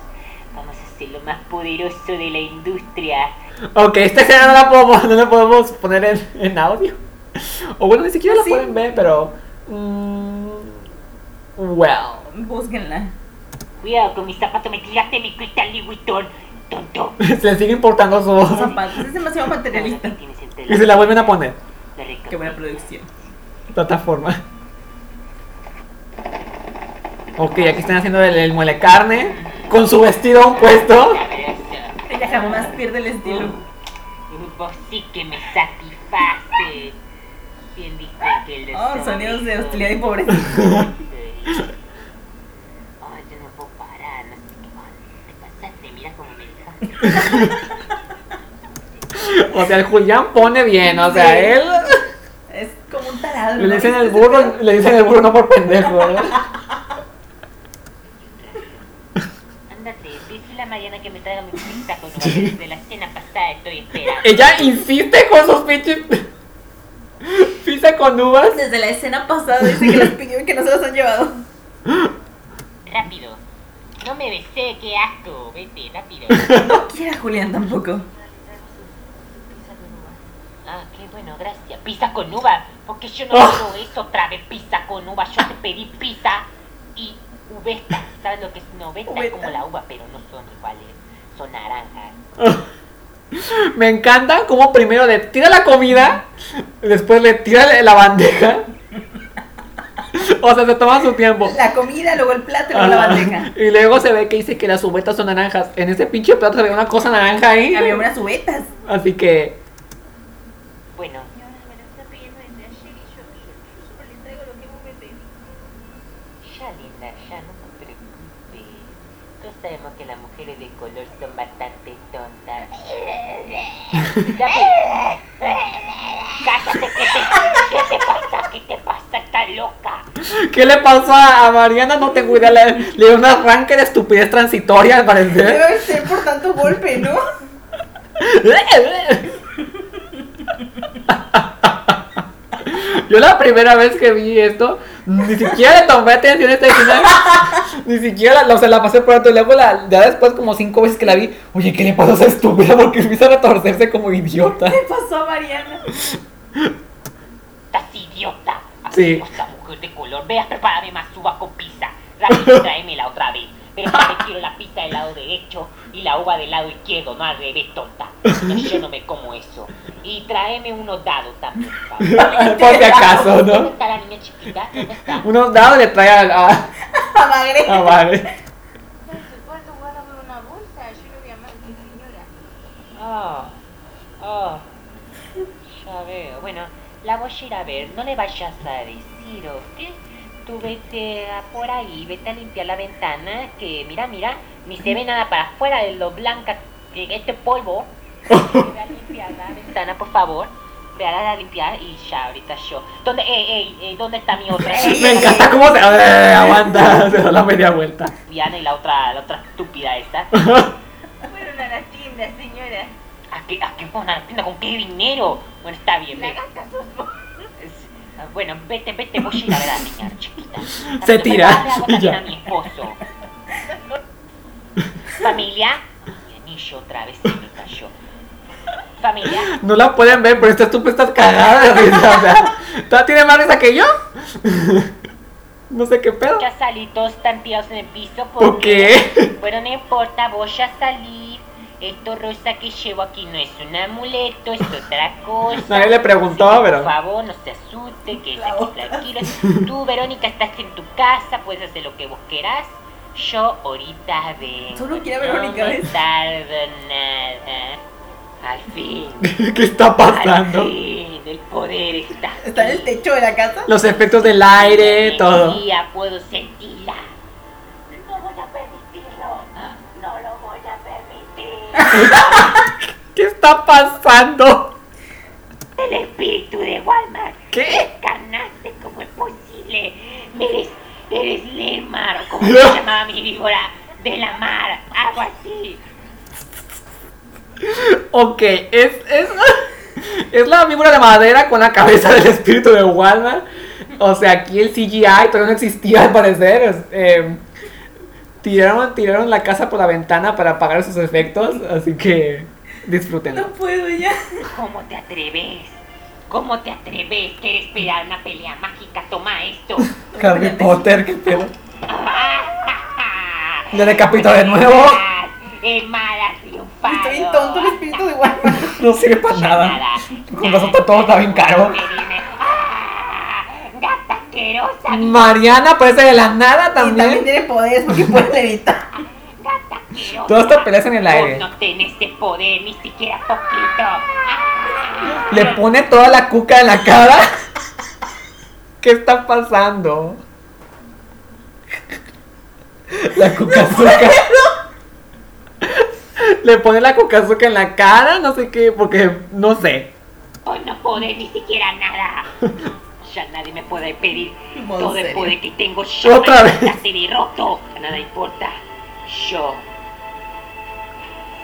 Speaker 4: Vamos a ser lo más poderoso de la industria.
Speaker 2: Ok, esta escena no la podemos, no la podemos poner en, en audio. O bueno, ni siquiera la
Speaker 3: Sí.
Speaker 2: pueden ver, pero. mm, well.
Speaker 3: Búsquenla.
Speaker 4: Cuidado con mis zapatos, me tiraste mi cristal Louis Vuitton, tonto.
Speaker 2: Se le sigue importando su
Speaker 3: Los
Speaker 2: voz.
Speaker 3: zapatos. Es demasiado materialista.
Speaker 4: Ahora que tienes entre
Speaker 2: Y se la vuelven a poner.
Speaker 4: la rica-
Speaker 3: Qué buena producción.
Speaker 2: Plataforma. Ok, aquí están haciendo el, el muele carne. Con su vestido aún puesto.
Speaker 4: Sabroso.
Speaker 3: Ella jamás pierde el estilo.
Speaker 4: Vos sí que me satisface. Bien dice que los
Speaker 3: Oh, sonidos de
Speaker 4: hombres
Speaker 3: hostilidad y pobreza.
Speaker 4: Ay, yo no puedo parar, no sé qué mal. Te pasaste, mira cómo me dejaste.
Speaker 2: O sea, el Julián pone bien. O sea,
Speaker 3: Sí.
Speaker 2: él.
Speaker 3: Es como un tarado. ¿no?
Speaker 2: Le dicen el
Speaker 3: ¿Viste ese
Speaker 2: burro,
Speaker 3: pedo?
Speaker 2: le dicen el burro no por pendejo. ¿verdad?
Speaker 4: Ándate, dile a Mariana que me traiga mi pizza con un de la cena pasada, estoy esperando.
Speaker 2: Ella insiste con sus pinches. Pizza con uvas.
Speaker 3: Desde la escena pasada dice que las pidió y que no se las han llevado.
Speaker 4: Rápido. No me besé, qué asco. Vete, rápido.
Speaker 3: No quiera Julián tampoco.
Speaker 4: Ah, qué bueno, gracias. Pizza con uva. Porque yo no quiero eso otra vez, pizza con uva. Yo te pedí pizza y uveta. ¿Sabes lo que es una uveta? Es
Speaker 3: Uveta.
Speaker 4: como la uva, pero no son iguales. Son naranjas.
Speaker 2: Me encanta como primero le tira la comida, después le tira la- la bandeja. O sea, se toma su tiempo.
Speaker 3: La comida, luego el plato y luego la
Speaker 2: Ajá.
Speaker 3: bandeja.
Speaker 2: Y luego se ve que dice que las uvetas son naranjas. En ese pinche plato se ve una cosa naranja ahí.
Speaker 3: Había unas uvetas.
Speaker 2: Así que.
Speaker 4: Bueno,
Speaker 5: Y ahora me lo está pidiendo desde ayer y yo, yo, yo solo le traigo lo que vos me pedís.
Speaker 4: ya linda, ya no te preocupes. Todos sabemos que las mujeres de color son bastante tontas. Ya me- Cállate, ¿qué te, qué te pasa? ¿Qué te pasa? Estás loca.
Speaker 2: ¿Qué le pasó a, a Mariana? No te cuida. Le, le dio un arranque de estupidez transitoria al parecer.
Speaker 3: Debe ser por tanto golpe, ¿no?
Speaker 2: Yo la primera vez que vi esto, ni siquiera le tomé atención a esta escena. Ni siquiera, la, o sea, la pasé por alto y luego la, ya después como cinco veces que la vi, oye, ¿qué le pasó a esa estúpida? Porque empieza a retorcerse como idiota.
Speaker 3: ¿Qué pasó a Mariana?
Speaker 4: Estás idiota.
Speaker 2: Sí.
Speaker 4: Sí. Esta mujer de color. Ve a prepararme más uva con pizza. Rápido, tráemela otra vez. Pero esta vez quiero la pizza del lado derecho y la uva del lado izquierdo, no al revés, tonta. Yo no me como eso. Y tráeme unos dados también, por favor.
Speaker 2: por si acaso,
Speaker 4: ¿Dónde
Speaker 2: ¿no?
Speaker 4: está la niña chiquita? ¿Dónde está?
Speaker 2: Unos dados le trae a, a,
Speaker 3: A Magre.
Speaker 2: a Magre.
Speaker 5: Está en su cuarto guarda con una bolsa. Yo no voy a más que señora.
Speaker 4: Ah, ah, ya veo. Bueno, la voy a ir a ver. No le vayas a decir, ¿ok? Tú vete a por ahí, vete a limpiar la ventana, que mira, mira, ni se ve nada para afuera de lo blanca que este polvo. Ve a limpiar la ventana, por favor. Ve a la limpiar y ya, ahorita yo. ¿Dónde, ey, ey, ey, ¿dónde está mi otra?
Speaker 2: Me encanta cómo se eh, aguanta, se da la media vuelta.
Speaker 4: Diana y la otra, la otra estúpida esta.
Speaker 5: Fueron a la tienda, señora.
Speaker 4: ¿A qué, a qué van a la tienda? ¿Con qué dinero? Bueno, está bien,
Speaker 5: La
Speaker 4: ve.
Speaker 5: gasta sus bolsas.
Speaker 4: Es- ah, Bueno, vete, vete, voy a ir a ver a la niña chiquita.
Speaker 2: Se
Speaker 4: También
Speaker 2: tira,
Speaker 4: le hago
Speaker 2: y
Speaker 4: también
Speaker 2: ya.
Speaker 4: a mi esposo. Familia. Mi anillo otra vez se me cayó. Familia.
Speaker 2: No la pueden ver, pero esta estúpida está cagada de risa. O sea, ¿todavía tiene más risa que yo? No sé qué pedo.
Speaker 4: Ya salí, todos están tirados en el piso
Speaker 2: ¿Por qué?
Speaker 4: Bueno, no importa, voy a salir. Esto rosa que llevo aquí no es un amuleto, es otra cosa.
Speaker 2: Nadie le preguntó,
Speaker 4: Así que,
Speaker 2: pero-
Speaker 4: Por favor, no se asuste, que aquí tranquilo. Tú, Verónica, estás en tu casa, puedes hacer lo que vos querás. Yo ahorita vengo.
Speaker 3: Solo quiere a Verónica,
Speaker 4: No me
Speaker 3: ¿ves?
Speaker 4: tardo nada. Al fin.
Speaker 2: ¿Qué está
Speaker 4: Al
Speaker 2: pasando?
Speaker 4: fin, el poder está.
Speaker 3: Está en el techo de la casa.
Speaker 2: Los efectos del aire, todo.
Speaker 4: Energía, puedo sentirla.
Speaker 5: No voy a permitirlo. No lo voy a permitir.
Speaker 2: ¿Qué está pasando?
Speaker 4: El espíritu de Walmart.
Speaker 2: ¿Qué?
Speaker 4: Encarnaste, ¿cómo es posible? Eres, eres Lemar, o como se llamaba mi víbora, de la mar, algo así.
Speaker 2: Ok, es, es, es la víbora de madera con la cabeza del espíritu de Walmart. O sea, aquí el CGI todavía no existía al parecer. Es- eh, tiraron, tiraron la casa por la ventana para apagar sus efectos, así que disfrútenlo.
Speaker 3: No puedo ya.
Speaker 4: ¿Cómo te atreves? ¿Cómo te atreves? ¿Quieres esperar una pelea mágica? Toma esto.
Speaker 2: Harry Potter, qué pedo. Le decapito
Speaker 4: capito
Speaker 2: de nuevo.
Speaker 4: El mal ha triunfado.
Speaker 3: Estoy bien tonto el espíritu de Walmart.
Speaker 2: No sirve para nada. Con razón está todo está bien caro.
Speaker 4: ¡Ah! ¡Gata asquerosa!
Speaker 3: Mm.
Speaker 2: Mariana aparece de la nada
Speaker 3: Y también
Speaker 2: también.
Speaker 3: tiene poderes porque puede levitar.
Speaker 4: ¡Gata asquerosa!
Speaker 2: Todo esto peleas en el
Speaker 4: Vos
Speaker 2: aire.
Speaker 4: Oh, no tenés ese poder, ni siquiera poquito.
Speaker 2: Le pone toda la cuca en la cara. ¿Qué está pasando? La cuca azúcar. Le pone la cuca azúcar en la cara, no sé qué, porque no sé.
Speaker 4: Hoy no podés ni siquiera nada. Ya nadie me puede pedir
Speaker 3: Modo
Speaker 4: todo el
Speaker 3: serio.
Speaker 4: poder que tengo yo.
Speaker 2: Otra vez.
Speaker 4: maldita seré roto. Nada importa. Yo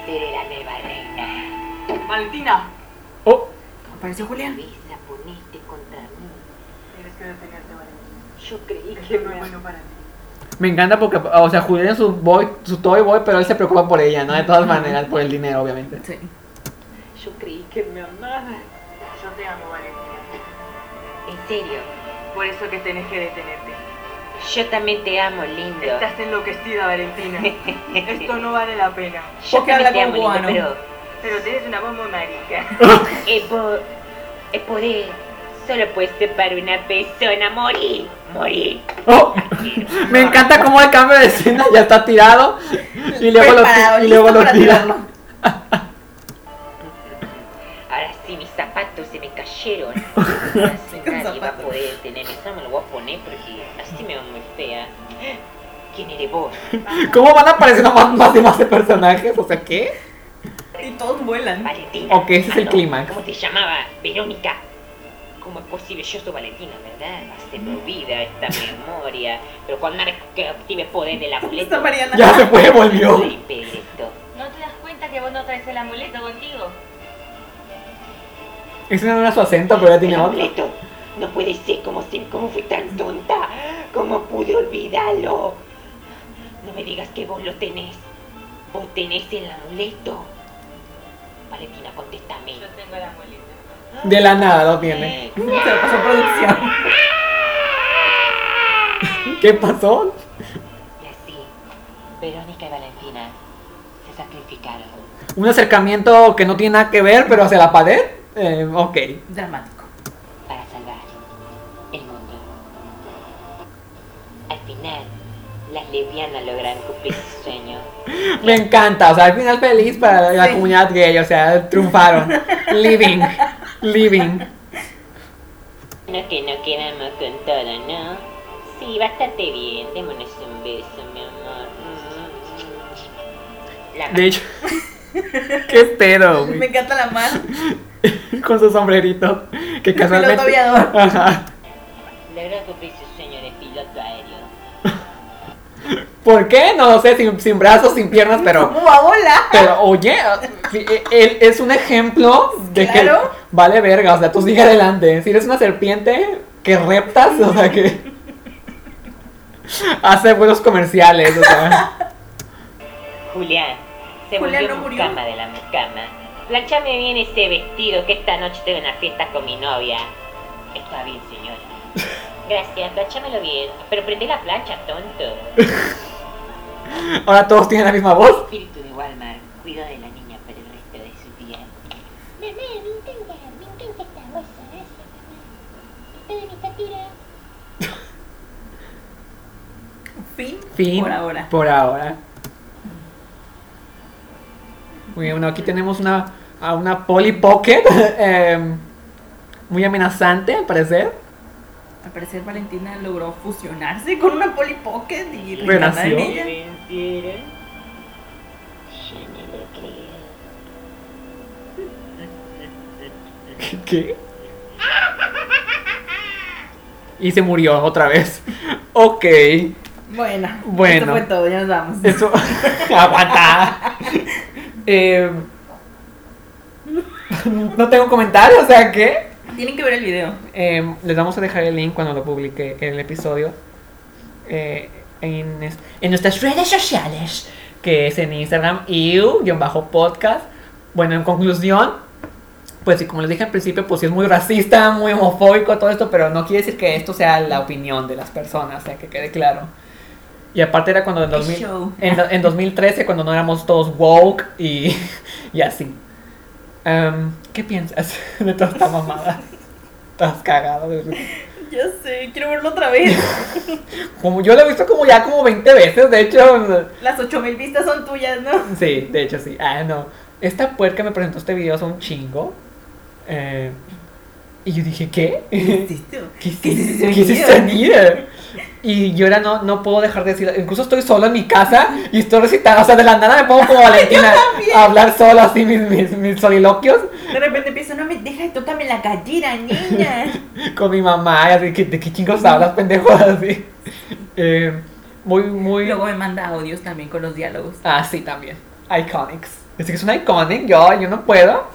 Speaker 4: seré la nueva reina.
Speaker 6: Valentina.
Speaker 2: Oh,
Speaker 3: Apareció Julián.
Speaker 4: Luisa, poniste contra mí.
Speaker 6: Tienes que detenerte, Valentina.
Speaker 4: Yo creí
Speaker 6: Es
Speaker 4: que
Speaker 6: que
Speaker 4: me
Speaker 6: no es bueno para ti.
Speaker 2: me encanta porque, o sea, Julián es su boy, su toy boy, pero él se preocupa por ella, ¿no? De todas maneras, por el dinero, obviamente.
Speaker 3: Sí.
Speaker 4: Yo creí que...
Speaker 6: Que me amabas. Yo te amo, Valentina.
Speaker 4: En serio.
Speaker 6: Por eso que tenés que detenerte.
Speaker 4: Yo también te amo, lindo.
Speaker 6: Estás enloquecida, Valentina. Esto no vale la pena.
Speaker 4: Yo
Speaker 3: ¿Por qué habla
Speaker 4: también te amo,
Speaker 3: como
Speaker 4: lindo,
Speaker 3: cubano?
Speaker 4: pero...
Speaker 6: Pero tienes una voz muy marica.
Speaker 4: El, po- el poder solo puede separar una persona. Morir. Morir.
Speaker 2: Oh, me encanta cómo el cambio de escena ya está tirado y luego lo,
Speaker 3: Preparado,
Speaker 2: y luego
Speaker 3: listo
Speaker 2: lo
Speaker 3: para
Speaker 2: tira.
Speaker 3: tirarlo.
Speaker 4: Ahora sí, mis zapatos se me cayeron. Así
Speaker 3: Con
Speaker 4: nadie va a
Speaker 3: zapatos.
Speaker 4: poder tener eso. No me lo voy a poner porque así me va muy fea. ¿Quién eres vos?
Speaker 2: ¿Cómo van apareciendo más, más y más de personajes? O sea, ¿qué?
Speaker 3: Y todos vuelan.
Speaker 4: Valentina.
Speaker 2: Ok, ese es el
Speaker 4: Ah, no,
Speaker 2: clímax.
Speaker 4: ¿Cómo te llamaba? Verónica. ¿Cómo es posible? Yo soy Valentina, ¿verdad? Hace
Speaker 3: Mm.
Speaker 4: vida esta memoria. Pero cuando que obtiene poder de la
Speaker 3: Está
Speaker 4: boleta.
Speaker 3: Mariana.
Speaker 2: Ya Ah, se fue, volvió.
Speaker 5: ¿No te das cuenta que vos no traes el amuleto contigo?
Speaker 2: Ese no era su acento, pero ya tiene
Speaker 4: El
Speaker 2: otro.
Speaker 4: amuleto. No puede ser, ¿cómo, se- cómo fui tan tonta? ¿Cómo pude olvidarlo? No me digas que vos lo tenés. Vos tenés el amuleto. Valentina, contéstame.
Speaker 5: Yo tengo la molita.
Speaker 2: De la nada lo tiene.
Speaker 3: Se lo pasó producción.
Speaker 2: ¿Qué pasó?
Speaker 4: Y así, Verónica y Valentina se sacrificaron.
Speaker 2: Un acercamiento que no tiene nada que ver, pero hacia la pared. Eh, ok.
Speaker 3: Dramático.
Speaker 4: para salvar el mundo. Al final, las lesbianas lograron cumplir su sueño.
Speaker 2: Me encanta. O sea, al final feliz para la
Speaker 3: Sí.
Speaker 2: comunidad gay. O sea, triunfaron. Living. Living.
Speaker 4: No que no quedamos con todo, ¿no? Sí, bastante bien. Démonos un beso, mi amor. Mm. La
Speaker 2: De hecho. Qué pedo,
Speaker 3: Me
Speaker 2: güey.
Speaker 3: encanta la mano.
Speaker 2: Con su sombrerito. Que casualmente. Ah.
Speaker 3: piloto aviador.
Speaker 2: Ajá.
Speaker 4: logró cumplir su sueño de piloto aéreo.
Speaker 2: ¿Por qué? No lo sé. Sin, sin brazos, sin piernas, pero.
Speaker 3: ¡Uh, hola!
Speaker 2: Pero oye, eh, él es un ejemplo de
Speaker 3: Claro.
Speaker 2: que vale verga, o sea, tú sigue adelante. Si eres una serpiente que reptas, o sea, que hace buenos comerciales, o sea.
Speaker 4: Julián se
Speaker 3: Julián
Speaker 4: volvió
Speaker 3: no murió.
Speaker 4: mucama de la mucama. Planchame bien este vestido que esta noche tengo una fiesta con mi novia. Está bien, señora. Gracias, planchámelo bien. Pero prende la plancha, tonto.
Speaker 2: Ahora todos tienen la misma voz.
Speaker 4: espíritu de Walmart cuidó de la niña para el resto de su vida.
Speaker 7: Mamá, me encanta, me encanta esta bolsa, gracias mamá. Está de mi estatura.
Speaker 3: Fin.
Speaker 2: Fin.
Speaker 3: Por ahora.
Speaker 2: Por ahora. Muy bien, bueno, aquí tenemos una, a una Polly Pocket. em, muy amenazante, al parecer.
Speaker 3: Al parecer Valentina logró fusionarse con una Polly Pocket y
Speaker 2: Pero
Speaker 3: reencarnar en
Speaker 2: nació.
Speaker 3: ella.
Speaker 2: ¿Qué? Y se murió otra vez. Ok.
Speaker 3: Bueno,
Speaker 2: Bueno.
Speaker 3: Esto fue todo, ya nos vamos.
Speaker 2: Eso. Aguanta. Eh, no tengo comentario, o sea que.
Speaker 3: Tienen que ver el video.
Speaker 2: eh, les vamos a dejar el link cuando lo publique el episodio. eh, en, es- en nuestras redes sociales. Que es en Instagram iu-podcast. Bueno, en conclusión. Pues sí, como les dije al principio, pues sí es muy racista, muy homofóbico todo esto, pero no quiere decir que esto sea la opinión de las personas, o sea, que quede claro. Y aparte era cuando en,
Speaker 3: Qué
Speaker 2: 2000
Speaker 3: show.
Speaker 2: en, en 2013, cuando no éramos todos woke y, y así. Em, ¿Qué piensas de toda esta mamada? Estás cagado. de risa.
Speaker 3: Ya sé, quiero verlo otra vez.
Speaker 2: Como yo lo he visto como ya como 20 veces, de hecho.
Speaker 3: Las 8000 vistas son tuyas, ¿no?
Speaker 2: Sí, de hecho sí. Ah, no. Esta puerca me presentó este video hace un chingo. Eh, y yo dije, ¿qué?
Speaker 3: hiciste?
Speaker 2: ¿Qué es
Speaker 3: ¿Qué es
Speaker 2: ese
Speaker 3: ese
Speaker 2: ¿Qué es ese
Speaker 3: sonido?
Speaker 2: sonido? Y yo ahora no, no puedo dejar de decir, incluso estoy solo en mi casa y estoy recitando, o sea, de la nada me pongo como Valentina a hablar solo así mis, mis, mis soliloquios
Speaker 3: De repente empiezo, no me deja, tócame la gallina, niña.
Speaker 2: con mi mamá, y así, ¿de, de qué chingos hablas, pendejo? Así. Eh, muy,
Speaker 3: Y
Speaker 2: muy...
Speaker 3: luego me manda audios también con los diálogos.
Speaker 2: Ah, sí, también. Iconics. Es que es un iconic, yo, yo no puedo.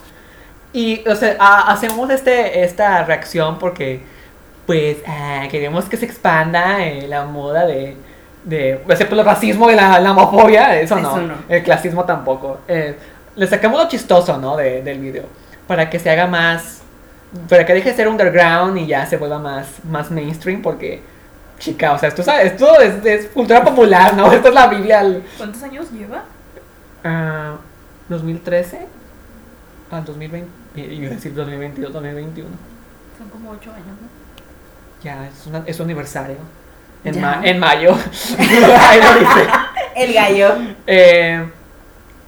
Speaker 2: Y, o sea, ha- hacemos este, esta reacción porque, pues, ah, queremos que se expanda eh, la moda de, de, o sea, pues, el racismo y la, la homofobia, eso no,
Speaker 3: Eso no.
Speaker 2: El clasismo tampoco. Eh, le sacamos lo chistoso, ¿no? de- del video. Para que se haga más, para que deje de ser underground y ya se vuelva más, más mainstream porque, chica, o sea, esto, es- esto es, es cultura popular, ¿no? Esto es la Biblia. el-
Speaker 3: ¿Cuántos años lleva?
Speaker 2: Ah, 2013 al 2020, eh, iba a decir 2022, 2021.
Speaker 3: Son como 8 años, ¿no?
Speaker 2: Ya, es, una- es su aniversario. En,
Speaker 3: Ya.
Speaker 2: ma- en mayo. Ahí lo dice.
Speaker 3: El gallo.
Speaker 2: Eh,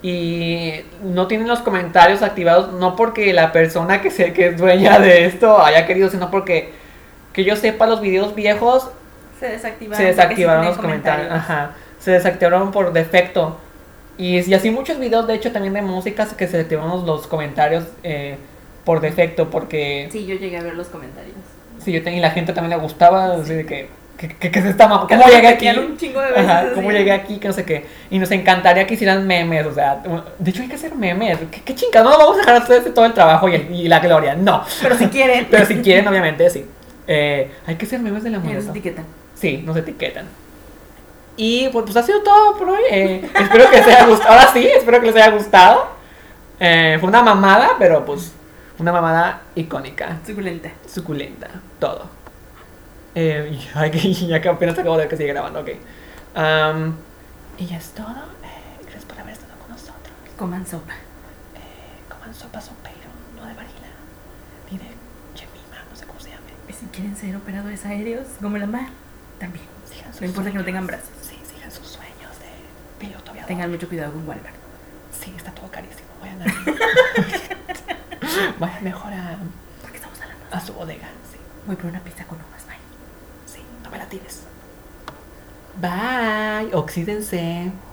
Speaker 2: y no tienen los comentarios activados, no porque la persona que, se, que es dueña de esto haya querido, sino porque que yo sepa los videos viejos
Speaker 3: Se desactivaron.
Speaker 2: se desactivaron los comentarios. Ajá. Se desactivaron por defecto. Y, y así muchos videos, de hecho, también de músicas que se desactivaron los comentarios eh, por defecto. Porque
Speaker 3: Sí, yo llegué a ver los comentarios.
Speaker 2: si yo tenía y la gente también le gustaba, así de que. que- que- que es esta mamá? ¿Cómo llegué aquí?
Speaker 3: Repetían un chingo de veces.
Speaker 2: Ajá,
Speaker 3: así.
Speaker 2: ¿Cómo llegué aquí? Que no sé qué. Y nos encantaría que hicieran memes. O sea, de hecho, hay que hacer memes. ¿Qué, qué chingada? No vamos a dejar a ustedes todo el trabajo y, el- y la gloria. No.
Speaker 3: Pero si quieren.
Speaker 2: Pero si quieren, obviamente, sí. Eh, hay que hacer memes de la
Speaker 3: Ya nos
Speaker 2: muerte.
Speaker 3: etiquetan.
Speaker 2: Sí, nos etiquetan. Y pues, pues ha sido todo por hoy. Eh, espero que les haya gustado. Ahora sí, espero que les haya gustado. Eh, fue una mamada, pero pues una mamada icónica,
Speaker 3: Suculenta.
Speaker 2: suculenta, todo. Eh, y- ay, que- ya que apenas acabo de ver que sigue grabando, ok. Am, y ya es todo. Eh, gracias por haber estado con nosotros. Eh,
Speaker 3: Coman sopa.
Speaker 2: Coman sopa sopeiro, no de varila. Ni de chemima, no sé cómo se llame.
Speaker 3: Y Si quieren ser operadores aéreos, como la mar, también.
Speaker 2: Sigan sus
Speaker 3: No importa que no tengan brazos.
Speaker 2: Sí, sigan sus sueños de piloto aviador.
Speaker 3: Tengan mucho cuidado con Walmart.
Speaker 2: Sí, está todo carísimo. Vayan a, vayan mejor a,
Speaker 3: Porque estamos hablando.
Speaker 2: a su bodega. Sí,
Speaker 3: Voy por una pizza con uvas, bye.
Speaker 2: sí, no me la tires. Bye, oxídense.